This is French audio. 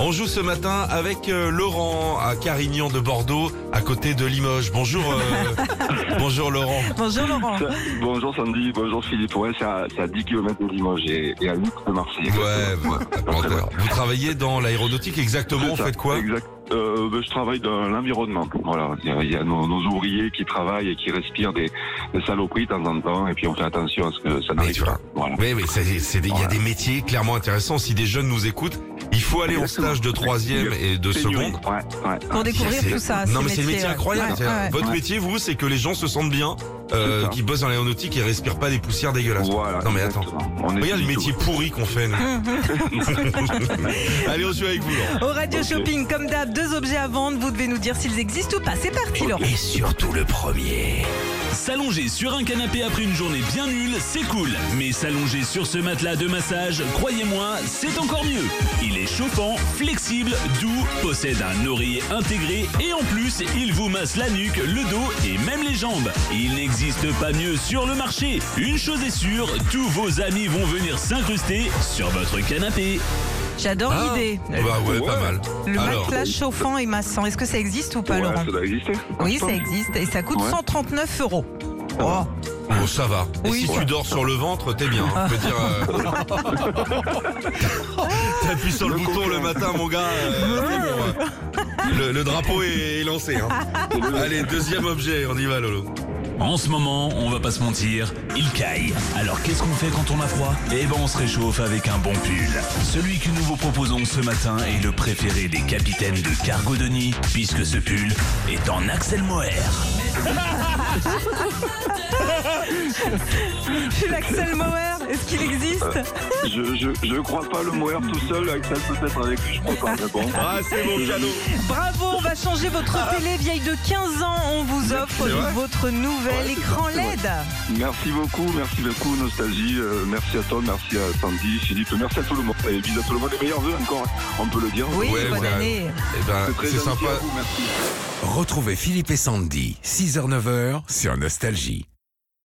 On joue ce matin avec euh, Laurent à Carignan de Bordeaux, à côté de Limoges. Bonjour, euh, bonjour Laurent. Bonjour Laurent. Ça- Bonjour Sandy, bonjour Philippe. Ouais, c'est à, c'est à 10 km de Limoges et, et à 8 de Marseille. Ouais, exactement. bon, d'accord. vous travaillez dans l'aéronautique exactement. Vous C'est ça, faites quoi exact. Euh, ben, je travaille dans l'environnement. Voilà, il y a, il y a nos, nos ouvriers qui travaillent et qui respirent des, des saloperies de temps en temps, et puis on fait attention à ce que ça tu n'arrive vois. pas. Voilà. Oui, oui, c'est- c'est des- il y a Voilà. des métiers clairement intéressants. Si des jeunes nous écoutent, il faut aller en Exactement. stage de troisième et de Ah, Pénurie. seconde. Ouais, ouais. Pour découvrir C'est- tout ça. Non, mais c'est le ces métiers, métier ouais. incroyable. Ouais, C'est- ouais. Votre Ouais. métier, vous, c'est que les gens se sentent bien, C'est euh, ça. qui bossent dans l'aéronautique et respirent pas des poussières dégueulasses. Voilà, Non, mais attends. exactement. On Regarde le essaye métier tout. pourri qu'on fait. nous. Allez, on suit avec vous. Laurent. Au Radio Ok. Shopping, comme d'hab, deux objets à vendre. Vous devez nous dire s'ils existent ou pas. C'est parti, Laurent. Et surtout le premier. S'allonger sur un canapé après une journée bien nulle, c'est cool. Mais s'allonger sur ce matelas de massage, croyez-moi, c'est encore mieux. Il est chauffant, flexible, doux, possède un oreiller intégré et en plus, il vous masse la nuque, le dos et même les jambes. Il n'existe pas mieux sur le marché. Une chose est sûre, tous vos amis vont venir s'incruster sur votre canapé. J'adore Ah, l'idée. Bah ouais, pas Ouais. mal. Le Alors, matelas chauffant et massant, est-ce que ça existe ou pas, Ouais, Laurent ça doit exister. Oui, ça existe et ça coûte Ouais. Ah. 139 euros. va. Oh. bon, ça va. Et Oui. si tu dors sur le ventre, t'es bien. hein. Je veux dire, euh, T'appuies sur le, Le bouton coquin. le matin, mon gars. euh, c'est bon, ouais. le, le drapeau est, est lancé. hein. Allez, deuxième objet, on y va, Lolo. En ce moment, on va pas se mentir, il caille. Alors qu'est-ce qu'on fait quand on a froid Eh ben on se réchauffe avec un bon pull. Celui que nous vous proposons ce matin est le préféré des capitaines de Cargo Denis, puisque ce pull est en Axel Moer. Puis l'Axel Mower, est-ce qu'il existe Je, je, je crois pas le moire tout seul, avec ça peut-être avec lui, je crois pas, mais bon. Ah, c'est bon, cadeau. Bravo, on va changer votre Ah. télé vieille de 15 ans. On vous offre C'est vrai votre nouvel Ouais, c'est écran E ça, c'est vrai. LED. Merci beaucoup, merci beaucoup, Nostalgie. Euh, merci à Tom, merci à Sandy, Philippe, merci à tout le monde. Et bisous à tout le monde, les meilleurs vœux encore, on peut le dire. Oui, Ouais, bonne ouais. année. Eh ben, C'est très c'est gentil sympa. à vous, merci. Retrouvez Philippe et Sandy, 6h-9h sur Nostalgie.